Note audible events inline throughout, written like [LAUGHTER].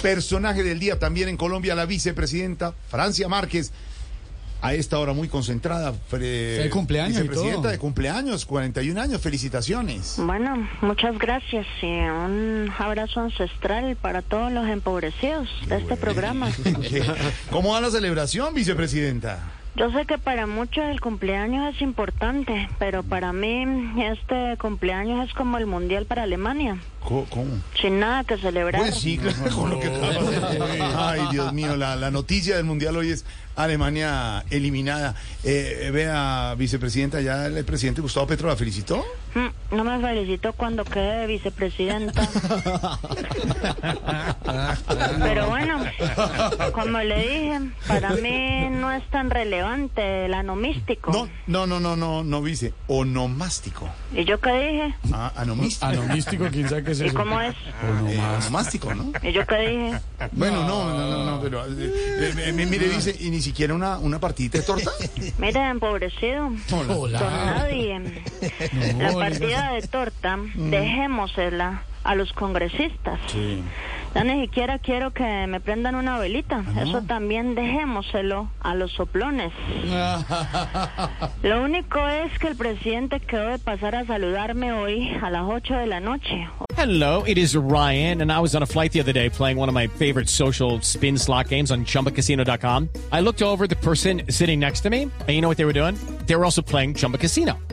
Personaje del día también en Colombia, la vicepresidenta Francia Márquez. A esta hora muy concentrada. Fre- De cumpleaños y Vicepresidenta todo. de cumpleaños, 41 años. Felicitaciones. Bueno, muchas gracias y un abrazo ancestral para todos los empobrecidos de este programa. [LAUGHS] ¿Cómo va la celebración, vicepresidenta? Yo sé que para muchos el cumpleaños es importante, pero para mí este cumpleaños es como el mundial para Alemania, Co- ¿Cómo? sin nada que celebrar. Pues sí, claro, con lo que está pasando. Ay, Dios mío, la, la noticia del Mundial hoy es Alemania eliminada. Eh, vea, vicepresidenta, ya el presidente Gustavo Petro la felicitó. Mm, No me felicito cuando [LAUGHS] quede vicepresidenta. Ah, Ah, Pero bueno, como le dije, para mí no es tan relevante el anomístico. No, no, no, no, no, no vice. Onomástico. ¿Y yo qué dije? Ah, anomístico. Anomístico, quién sabe qué es ¿Y eso. cómo es? Ah, Eh, onomástico, [LAUGHS] ¿no? ¿Y yo qué dije? Bueno, no, no, no, no, pero eh, eh, eh, Ah. mire, dice, y ni siquiera una, una partidita de [LAUGHS] torta. [LAUGHS] Mira, empobrecido. Hola. Por nadie. La partida de torta, dejémosela a los congresistas. Ya ni siquiera quiero que me prendan una velita. Eso también dejémoselo a los soplones. Lo único es que el presidente quedó de pasar a saludarme hoy a las 8 de la noche. Hello, it is Ryan, and I was on a flight the other day playing one of my favorite social spin slot games on chumbacasino.com. I looked over at the person sitting next to me, and you know what they were doing? They were also playing Chumba Casino.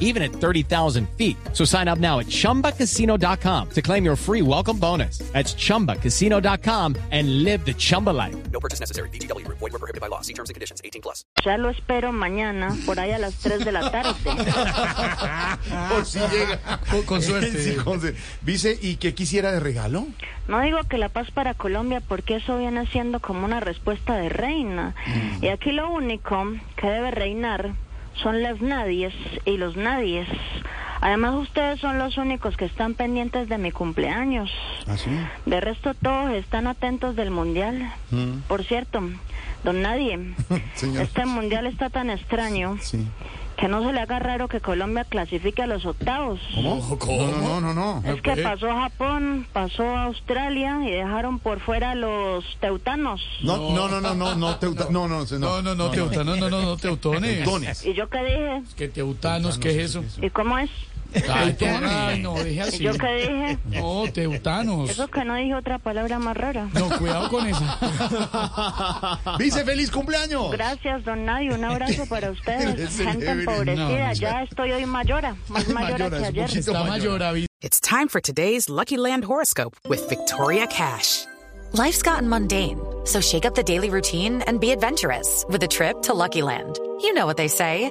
even at 30,000 feet. So sign up now at chumbacasino.com to claim your free welcome bonus. That's chumbacasino.com and live the Chumba life. Ya lo espero mañana, por ahí a las 3 de la tarde. Por si llega. Ah. [LAUGHS] Con- con suerte. Sí, con su- Dice, ¿y qué quisiera de regalo? No digo que la paz para Colombia porque eso viene siendo como una respuesta de reina. Y aquí lo único que debe reinar son las nadies y los nadies. Además ustedes son los únicos que están pendientes de mi cumpleaños. Ah, Así. De resto todos están atentos del mundial. Por cierto, don Nadie, Señor. este mundial está tan extraño Sí. que no se le haga raro que Colombia clasifique a los octavos. ¿Cómo? No, no, no, no. no. Es que pasó Japón, pasó Australia y dejaron por fuera a los teutanos. No, no, no, no, no, no, Teuta- no, no, no, No, no, no, teutano, no, no, no, teutones. Dones. ¿Y yo qué dije? Que teutanos, ¿qué es eso? ¿Y cómo es? Ay, no, dije ¿Y así. yo qué dije? No, teutanos. Eso que no dije otra palabra más rara. No, cuidado con [LAUGHS] esa. Dice feliz cumpleaños. Gracias, don Nadie. Un abrazo [LAUGHS] para ustedes. Ese Gente nivel. empobrecida. No, ya estoy hoy mayora. [LAUGHS] Más mayora Mayora, que es un ayer. poquito Está mayor. mayor, avi- It's time for today's Lucky Land horoscope with Victoria Cash. Life's gotten mundane, so shake up the daily routine and be adventurous with a trip to Lucky Land. You know what they say